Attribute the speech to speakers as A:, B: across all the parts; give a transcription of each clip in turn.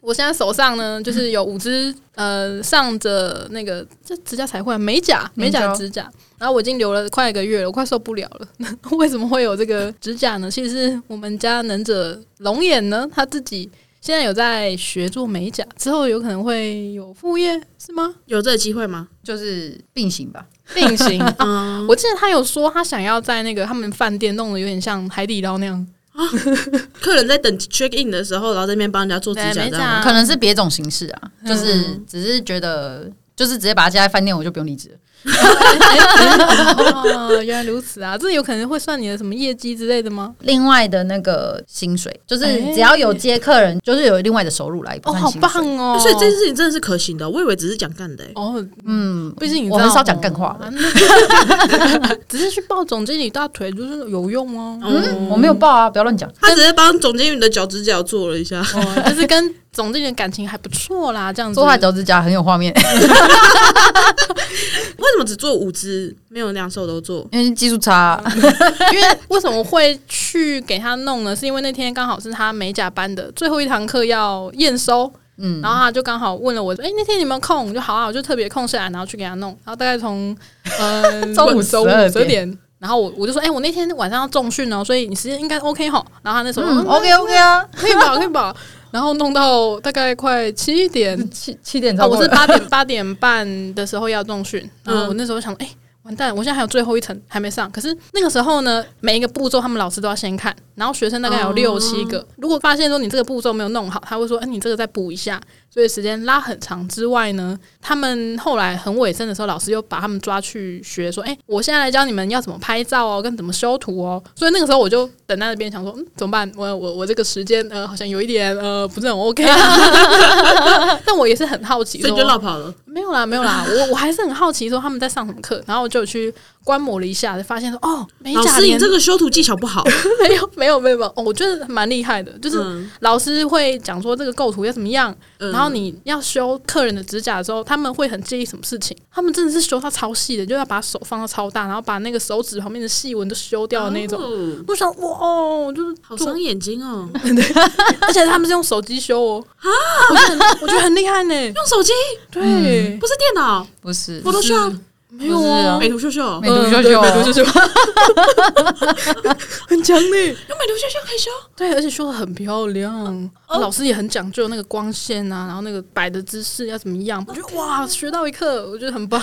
A: 我现在手上
B: 嗯
A: 呢，就是有五只呃上着那个这指甲彩绘啊美甲美甲
C: 美甲
A: 指甲，然后我已经留了快一个月了，我快受不了了。 为什么会有这 个指甲呢？其实是我们家能者龙眼呢，他自己现在有在学做美甲，之后有可能会有副业是吗？
B: 有这个机会吗？
C: 就是并行吧。
A: 并行。
B: 嗯，
A: 我记得他有说他想要在那个他们饭店弄得有点像海底捞那样，
B: 客人在等 check in 的时候，然后在那边帮人家做指甲，
A: 对美
B: 这样吗
A: 甲
C: 可能是别种形式啊，
A: 嗯
C: 就是只是觉得，就是直接把它加在饭店，我就不用离职了。
A: 哦，原来如此啊！这有可能会算你的什么业绩之类的吗？
C: 另外的那个薪水，就是
A: 哎
C: 只要有接客人，就是有另外的收入来，也不
A: 哦，
C: 算
A: 好
C: 薪水
A: 棒哦！
B: 所以这件事情真的是可行的，我以为只是讲干的、欸。
A: 哦，
C: 嗯，
A: 毕竟你
C: 我很少讲干话的
A: 的， 只是去抱总经理大腿就是有用哦吗？
B: 嗯
C: 我没有报啊，不要乱讲。
B: 他只是帮总经理的脚趾甲做了一下，
A: 哦，就是跟总经理的感情还不错啦，这样子
C: 做坏脚趾甲很有画面，
B: 为什么只做五只，没有两手都做？
A: 嗯
C: 因为技术差啊、
A: 因为为什么会去给他弄呢？是因为那天刚好是他美甲班的最后一堂课要验收，嗯，然后他就刚好问了我，哎、那天你有没有空？我就好啊，我就特别空下来，然后去给他弄。然后大概从呃
C: 中午
A: 周
C: 12
A: 十点，然后我我就说，哎、我那天晚上要重训哦，所以你时间应该 OK 吼。然后他那时候、
C: 嗯
A: 嗯、
C: ，OK OK 啊，
A: 可以吧，可以吧。然后弄到大概快七 点，
C: 七七点
A: 啊，
C: 超
A: 我
C: 过
A: 是
C: 了，
A: 八点八 点半的时候要重训，然后我
B: 嗯
A: 那时候想，哎、完蛋，我现在还有最后一层还没上。可是那个时候呢，每一个步骤他们老师都要先看，然后学生大概有六七个。如果发现说你这个步骤没有弄好，他会说，哎、你这个再补一下。所以时间拉很长之外呢，他们后来很尾声的时候，老师又把他们抓去学，说，哎、我现在来教你们要怎么拍照哦，跟怎么修图哦。所以那个时候我就等在那边想说，嗯，怎么办？我我我这个时间呃，好像有一点呃， 不是很 OK。但啊 我也是很好奇，
B: 所以
A: 说。
B: 就落跑了。
A: 没有啦，没有啦，我我还是很好奇说他们在上什么课，然后我就去观摩了一下，就发现说哦，美
B: 老
A: 甲
B: 师，你
A: 连
B: 这个修图技巧不好，
A: 没有没有没有没有、 哦，我觉得蛮厉害的，就是
B: 嗯
A: 老师会讲说这个构图要怎么样，
B: 嗯
A: 然后你要修客人的指甲的时候，他们会很介意什么事情，他们真的是修到超细的，就要把手放到超大，然后把那个手指旁边的细纹都修掉的那种。
B: 哦
A: 我想哇哦，就是
B: 好
A: 做
B: 伤眼睛哦，
A: 而且他们是用手机修 哦，我觉得很我觉得很厉害呢。
B: 用手机
A: 对，
B: 不是电脑
C: 不是
B: ，Photoshop
A: 没有
C: 不是
A: 啊
C: 啊，
B: 美图秀秀，用
C: 美图秀秀，
A: 嗯对美图秀秀， 很强呢。
B: 美图秀秀可以修。
A: 对，而且修的很漂亮，
C: 哦
A: 老师也很讲究那个光线啊，然后那个摆的姿势要怎么样，我觉
C: 哦
A: 得哇，学到一课，我觉得很 棒。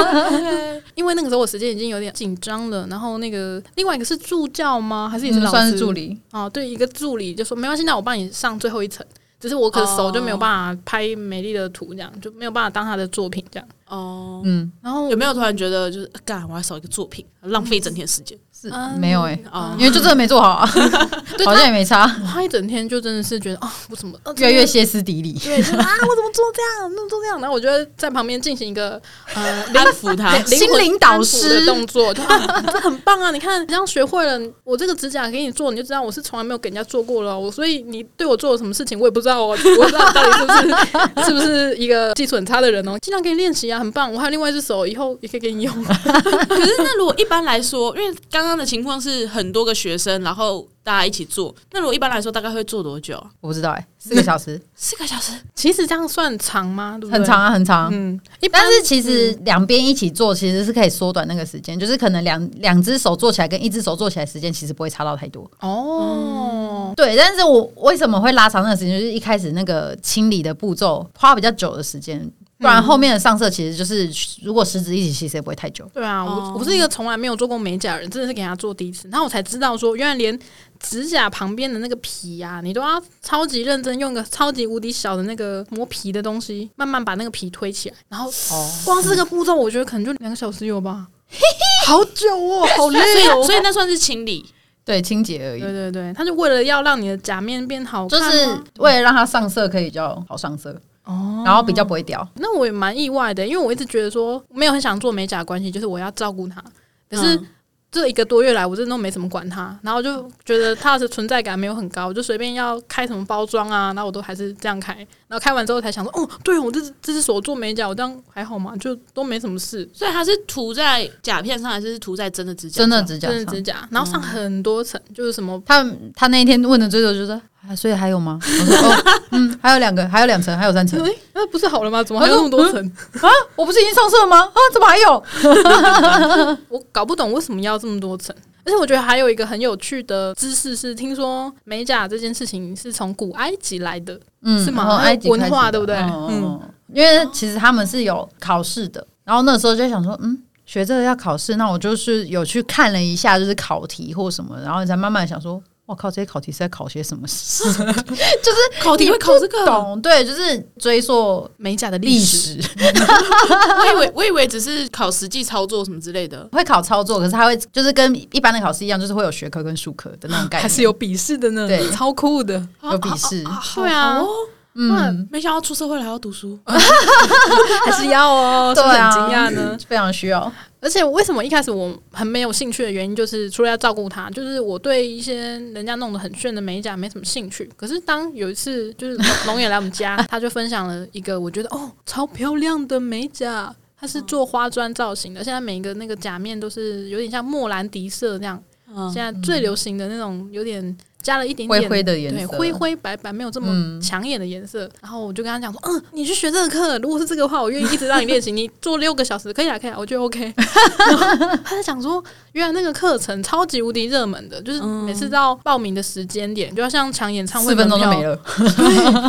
A: 因为那个时候我时间已经有点紧张了，然后那个另外一个是助教吗？还是也是
C: 嗯
A: 老师？
C: 算是助理，
A: 哦，对，一个助理就说没关系，那我帮你上最后一层。只是我可能手就没有办法拍美丽的图，这样就没有办法当他的作品这样。
B: 哦，
C: 嗯，
A: 然后
B: 有没有突然觉得就是呃干，我还少一个作品，浪费一整天时 间？
C: 是
A: 嗯
C: 没有哎，
B: 哦
C: 因为就真的没做好啊，
A: 对
C: 好像也没差，
A: 他一整天就真的是觉得啊、我怎么、啊、
C: 越来越歇斯底里。
A: 对，就是啊，我怎么做这样，那么做这样，然后我就会在旁边进行一个呃
B: 安抚他，
A: 灵魂
C: 心灵导师
A: 安抚的动作，就 啊，这很棒啊！你看，你这样学会了，我这个指甲给你做，你就知道我是从来没有给人家做过了哦，我所以你对我做了什么事情，我也不知道哦，我不知道到底是不是是不是一个技术很差的人哦，尽量给你练习啊，很棒！我还有另外一只手，以后也可以给你用。
B: 可是那如果一般来说，因为刚刚的情况是很多个学生，然后大家一起做，那如果一般来说大概会做多久啊？
C: 我不知道哎、四个小时
B: 四个小时，
A: 其实这样算长吗？对不对
C: 很长，啊，很长啊、
A: 嗯，一般
C: 但是其实两边一起做，其实是可以缩短那个时间，就是可能两两只手做起来跟一只手做起来时间其实不会差到太多。嗯
A: 哦，
C: 对，但是我为什么会拉长那个时间？就是一开始那个清理的步骤花比较久的时间，不然后面的上色其实就是如果十指一起，其实也不会太久。
A: 对啊，
B: 哦
A: 我我是一个从来没有做过美甲的人，真的是给他做第一次，然后我才知道说，原来连指甲旁边的那个皮啊，你都要超级认真用一个超级无敌小的那个磨皮的东西，慢慢把那个皮推起来，然后
C: 哦，
A: 光是这个步骤，我觉得可能就两个小时有吧，好久哦，好累
B: 所以
A: 哦。
B: 所以那算是清理。
C: 对，清洁而已
A: 对，对对，他就为了要让你的甲面变好
C: 就
A: 看吗，
C: 是为了让它上色可以比较好上色，
A: 哦，
C: 然后比较不会掉。
A: 那我也蛮意外的，因为我一直觉得说没有很想做美甲的关系，就是我要照顾他，可是。
B: 嗯
A: 这一个多月来，我真的都没怎么管它，然后就觉得它的存在感没有很高，我就随便要开什么包装啊，然后我都还是这样开，然后开完之后才想说，哦，对我这这只手做美甲，我这样还好嘛，就都没什么事，
B: 所以它是涂在甲片上，还是涂在真的指甲
C: 真
B: 上？嗯
C: 的指甲
A: 真的
C: 上
A: 指，甲，然后上很多层，就是什么
C: 他他那一天问的最多就是。啊，所以还有吗？我说 哦，嗯，还有两个，还有两层，还有三层
A: 哎、那不是好了吗？怎么
B: 哦
A: 还有那么多层？
C: 啊！嗯我不是已经上色吗？啊，怎么还有？
A: 我搞不懂为什么要这么多层。而且我觉得还有一个很有趣的知识是，听说美甲这件事情是从古埃及来的，
C: 嗯
A: 是吗
C: 从埃及
A: 文
C: 开始
A: 化
C: 的
A: 对不对
C: 嗯嗯，嗯因为其实他们是有考试的，然后那时候就想说，嗯，学这个要考试，那我就是有去看了一下，就是考题或什么，然后才慢慢想说，我靠，这些考题是在考些什么事？
B: 考题会考这个？
C: 懂对，就是追溯
A: 美甲的
C: 哦历
A: 历史。
C: 史，
B: 我以为我以为只是考实际操作什么之类的。
C: 会考操作，可是它会就是跟一般的考试一样，就是会有学科跟术科的那种概念，
A: 还是有笔试的呢，
C: 对
A: 超酷的。
C: 有笔试，
A: 对啊
B: 好哦
C: 嗯，
B: 没想到出社会了还要读书，
A: 还是要哦，是
C: 对
A: 不是很
C: 啊
A: 惊讶呢。
C: 非常需要，
A: 而且为什么一开始我很没有兴趣的原因，就是除了要照顾他，就是我对一些人家弄得很炫的美甲没什么兴趣。可是当有一次就是龙龙也来我们 家，他就分享了一个我觉得哦超漂亮的美甲，它是做花砖造型的，现在每一个那个甲面都是有点像莫兰迪色那样，
B: 嗯
A: 现，在最流行的那种有点加了一点点
C: 灰灰的颜
A: 对，
C: 色，
A: 灰灰白白，没有这么
C: 嗯
A: 抢眼的颜色。然后我就跟他讲说，嗯，你去学这个课，如果是这个的话，我愿意一直让你练习，你做六个小时可以啊，可以啊，我觉得 OK。然后他就讲说，原来那个课程超级无敌热门的，就是每次到报名的时间点，就要像抢演唱会
C: 嗯四分钟就
A: 门票
C: 没，了，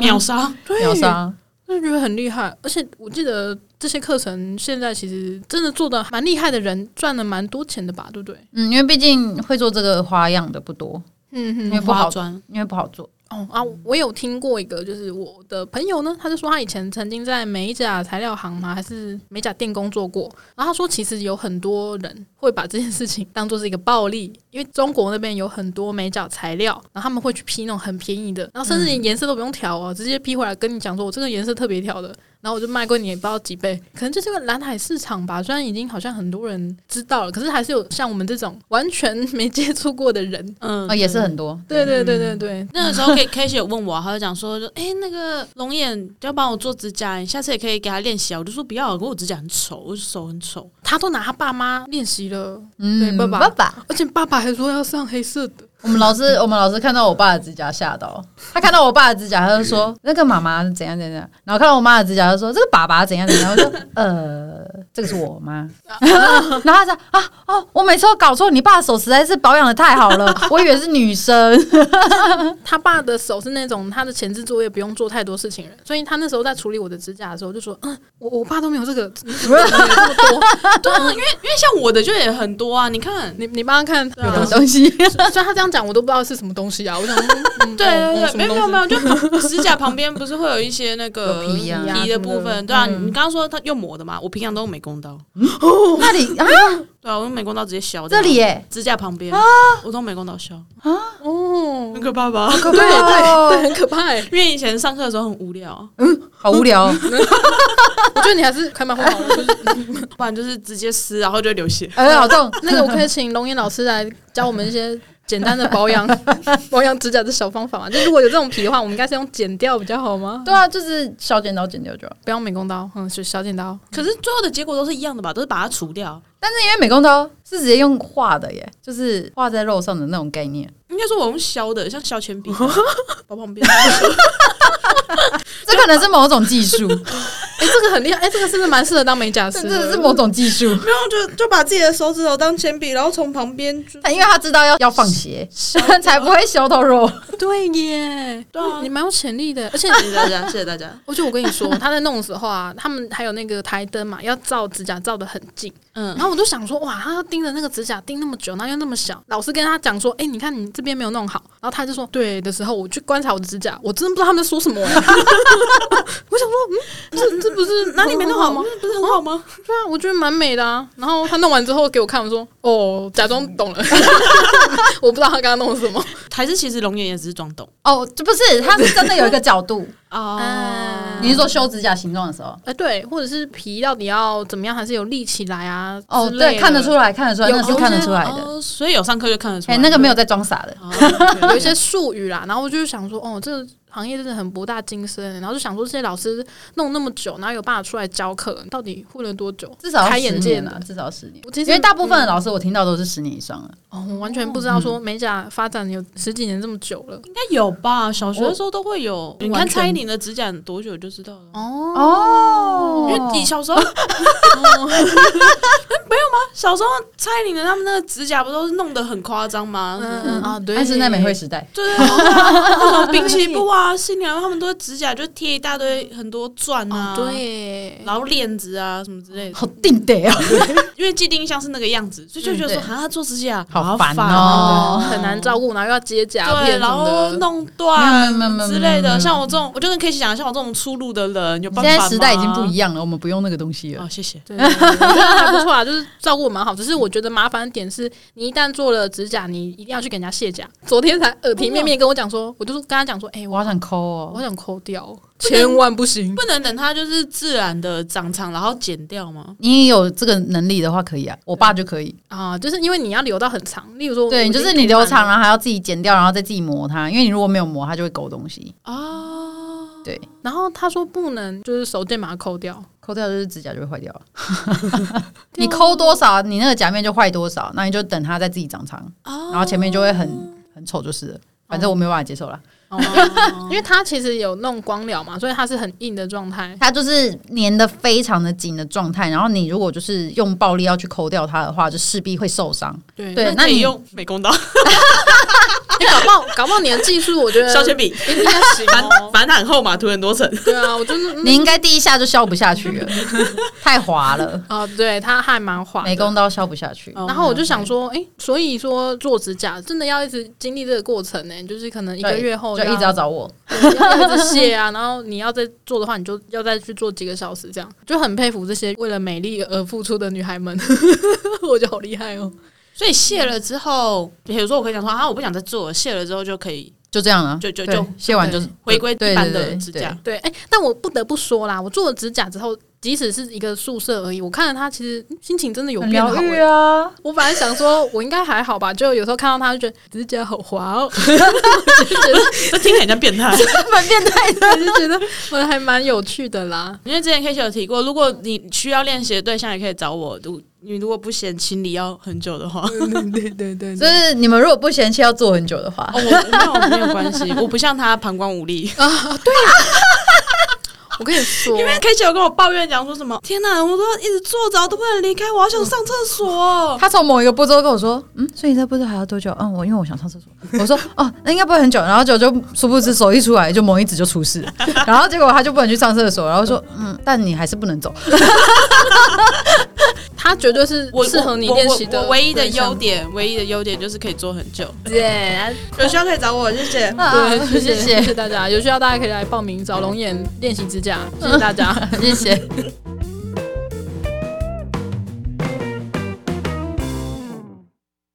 B: 秒杀，
A: 对，
C: 秒杀，
A: 就觉得很厉害。而且我记得这些课程现在其实真的做的蛮厉害的人，赚了蛮多钱的吧，对不对？
C: 嗯，因为毕竟会做这个花样的不多，
A: 嗯
C: 因
A: 哼
C: 为不好，
B: 砖，
C: 因为不好做。
A: 哦啊，我有听过一个，就是我的朋友呢，他就说他以前曾经在美甲材料行嘛，还是美甲店工作过。然后他说，其实有很多人会把这件事情当做是一个暴利，因为中国那边有很多美甲材料，然后他们会去批那种很便宜的，然后甚至连颜色都不用调哦，直接批回来跟你讲说，我这个颜色特别调的。然后我就卖过你也不知道几倍，可能就是个蓝海市场吧。虽然已经好像很多人知道了，可是还是有像我们这种完全没接触过的人。
B: 嗯
C: 啊，也是很多。
A: 对对对对对，
B: 那个时候 K K 姐有问我，她就讲说，哎、那个龙眼要帮我做指甲，你下次也可以给他练习啊。我就说不要，可我指甲很丑，我手很丑。
A: 他都拿他爸妈练习了，
C: 嗯，
A: 对爸爸
C: 爸爸，
A: 而且爸爸还说要上黑色的，
C: 我们 老师，我们老师看到我爸的指甲吓到，他看到我爸的指甲，他 就说那个妈妈怎样怎样怎样，然后看到我妈的指甲，他说这个爸爸怎样怎样，我说呃，这个是我妈， 然后他说啊哦，我每次都搞错，你爸的手实在是保养的太好了，我以为是女生，
A: 他爸的手是那种他的前置作业不用做太多事情的人，所以他那时候在处理我的指甲的时候就说，嗯，我我爸都没有这个，你怎么有这么多？
B: 对啊，因为因为像我的就也很多啊，你看，
A: 你你帮他看，对
C: 有
A: 啊
C: 的东西，
A: 虽然他这样讲，我都不知道是什么东西啊，我想 说，嗯、
B: 对
A: 哦
B: 对
A: 哦
B: 对，没有没有
A: 什
B: 没
A: 么东西
B: 有，就旁指甲旁边不是会有一些那个
C: 有皮啊
B: 皮的部分，对啊，
C: 嗯
B: 你刚刚说他用磨的嘛，我平常都用美工刀，
C: 那里啊
B: 对啊，我用美工刀直接削
C: 这里啊
B: 耶，
C: 耶，
B: 指甲旁边我都用美工刀削，
A: 哦，
B: 很可怕
C: 啊
B: 吧？
A: 对对对，
C: 哦，
A: 很可怕哎、
B: 因为以前上课的时候很无聊，
C: 好无聊哦，
A: 我觉得你还是开漫画好了，就是
B: 不然就是直接撕，然后就流血。
C: 哎，好痛，
A: 那个我可以请龙岩老师来教我们一些简单的保 养保养指甲的小方法嘛？就如果有这种皮的话，我们应该是用剪掉比较好吗？
C: 对啊，就是削剪刀剪掉就好。
A: 不要美工刀，嗯，是小剪刀。
B: 可是最后的结果都是一样的吧？都是把它除掉。
C: 但是因为美工刀是直接用画的耶，就是画在肉上的那种概念。
B: 应该说我用削的，像削铅笔，薄旁边。
C: 这可能是某种技 术，
A: 哎、这个很厉害，哎、这个是不是蛮适合当美甲
C: 这
A: 师
C: 真的
A: 的？
C: 是某种技术。
B: 没有，就就把自己的手指头当铅笔，然后从旁边就
C: 因为他知道要要放 血，才不会削到肉。
A: 对耶，
B: 对啊
A: 你蛮有潜力的。而且，
B: 谢谢大家，谢谢大家。
A: 而且我跟你说，他在弄的时候啊，他们还有那个台灯嘛，要照指甲照的很近。
B: 嗯
A: 然，后我就想说，哇，他要盯着那个指甲盯那么久，然后又那么小。老师跟他讲说，哎、你看你这边没有弄好。然后他就说，对的时候，我去观察我的指甲，我真的不知道他们在说什么、哎 我想说，嗯，这这不是
B: 哪里没弄好吗
A: 吗？？
B: 不是很好吗？
A: 对啊，我觉得蛮美的啊。然后他弄完之后给我看，我说，哦，假装懂了， 我不知道他刚刚弄了什么。
B: 还是其实龙眼也只是装懂
C: 哦，这不是，他是真的有一个角度。
A: 啊
C: 你是说修指甲形状的时候？
A: 哎、对，或者是皮到底要怎么样，还是有立起来啊？
C: 哦，
A: 之类
C: 对，
A: 的
C: 看得出，来，看得出来，
A: 有
C: 那是看得出来的。
B: 哦所以有上课就看得出
C: 哎，
B: 来。
C: 那个没有在装傻的，
B: 哦，
A: 有
B: 有
A: 一
B: 一些
A: 些术语啦。然后我就想说，哦，这行业真的很博大精深，然后就想说这些老师弄那么久，哪有办法出来教课？到底混了多久？
C: 至少要
A: 开
C: 十
A: 眼界
C: 年
A: 呢
C: 啊，。至少十年
A: 我。其
C: 因
A: 实嗯
C: 为大部分的嗯老师我听到都是十年以上了，
A: 哦，我完全不知道说美甲发展有十几年这么久了。
B: 应该有吧？小学
C: 我
B: 的时候都会有。你
A: 完
B: 看
A: 全
B: 蔡依林的指甲多久就知道了。
A: 哦
C: 哦
B: 因为你小时候，哦没 有吗？小时候蔡依林的他们那个指甲不都是弄得很夸张吗？
A: 嗯
B: 嗯
A: 嗯啊，对，
C: 安室奈美惠时代，
B: 对对对，那种滨崎步啊、新娘他们都会指甲就贴一大堆很多钻
A: 哦
B: 啊，，
A: 对，
B: 然后链子啊什么之类的，
C: 好定得哦，
B: 因为既定印象是那个样子，所以就觉得说
C: 嗯
B: 啊，做指甲
C: 好
B: 烦
C: 烦
A: 哦
C: 哦，
A: 很难照顾，然后又要接甲
B: 对，
A: 片什
B: 然
A: 么
B: 后
A: 的。
B: 弄断
C: 没有没有没有没有
B: 之类
C: 没有没
B: 的。
C: 有
B: 像我这种，我就跟 K 讲，像我这种出路的人，有办
C: 现
B: 法
C: 在时代已经不一
B: 样
C: 样了，我们不用那个东西了
B: 哦，。谢谢。
A: 对，对对对这样还不错啊，就是照顾得蛮好。只是我觉得麻烦的点是，你一旦做了指甲，你一定要去给人家卸甲。昨天才耳提面命跟我讲说，我就是跟他讲说，哎、
C: 我
A: 我
C: 好想抠
A: 我
C: 哦，
A: 想抠掉，
B: 能
A: 千万不行。
B: 不能等它就是自然的长长，然后剪掉吗？
C: 你有这个能力的话可以啊，我爸就可以。
A: 啊，就是因为你要留到很长，例如说我，
C: 对，
A: 我
C: 就是
A: 已经
C: 你
A: 涂满
C: 留长，啊
A: 了，
C: 然后还要自己剪掉，然后再自己磨它，因为你如果没有磨，它就会勾东西。
B: 啊，
C: 对，
A: 然后他说不能，就是手贱把它抠掉。
C: 抠掉就是指甲就会坏掉 了。你抠多少，你那个甲面就坏多少，那你就等它再自己长长，然后前面就会很很丑就是了。反正我没有办法接受了，哦
A: 因为它其实有弄光疗嘛，所以它是很硬的状态。
C: 它就是粘的非常的紧的状态，然后你如果就是用暴力要去抠掉它的话，就势必会受伤。
A: 对
C: 对
B: 那
C: 那
B: 可以
C: 你
B: 用美工刀、
A: 你搞不好，搞不好你的技术，我觉得
B: 削铅笔，
A: 应该行呃哦。
B: 反正它很厚嘛，涂很多层。
A: 对啊，我就是嗯
C: 你应该第一下就削不下去了，太滑了，
A: 哦，对，它还蛮滑的。
C: 美工刀削不下去。
A: 然后我就想说，哎、所以说做指甲真的要一直经历这个过程呢、就是可能一个
C: 对
A: 月后
C: 就一直要找我，
A: 对要 要一直卸啊，然后你要再做的话，你就要再去做几个小时，这样就很佩服这些为了美丽而付出的女孩们， 我觉得好厉害哦。
B: 所以卸了之后，比如说我可以讲说啊，我不想再做了，卸了之后就可以
C: 就这样了，
B: 就就
C: 对
B: 就
C: 卸完就是
B: 回归一
C: 对
B: 般
C: 对
B: 的
C: 对
B: 指
C: 对
B: 甲。
A: 对，哎、但我不得不说啦，我做了指甲之后，即使是一个宿舍而已，我看了它，其实嗯心情真的有
C: 很
A: 变好、
C: 疗愈
A: 欸。
C: 啊，
A: 我本来想说，我应该还好吧，就有时候看到它就觉得指甲好滑 哦，
B: 这听起来很像变 态。
C: 蛮变态的。
A: 我 就觉得 我还蛮有趣的啦。
B: 因为之前 K 有提过，如果你需要练习的对象，也可以找我。如你如果不嫌清理要很久的话，哦，
A: 对对对
C: 就是你们如果不嫌弃要做很久的话，
B: 哦我没有没有关系，我不像他膀胱无力。
A: 嗯我跟你说，
B: 因为 K 有跟我抱怨讲说什么，天哪，我都一直坐着都不能离开，我好想上厕所。
C: 他从某一个步骤跟我说：“嗯，所以你这步骤还要多久？”嗯，我因为我想上厕所。 我说：“哦，那应该不会很久。”然后就就殊不知手一出来就某一指就出事了，然后结果他就不能去上厕所，然后说：“嗯，但你还是不能走。
A: 它绝对是
B: 我
A: 适合你练习
B: 我
A: 的
B: 我我唯一的
A: 对象
B: 优，点，唯一的优点就是可以坐很久。
A: 对，
B: 有需要可以找我，谢谢。
C: 啊
A: 对，谢谢谢
C: 谢
B: 嗯
A: 谢大家，有需要大家可以来报名找龙眼练习指甲，谢谢大家。
C: 谢谢。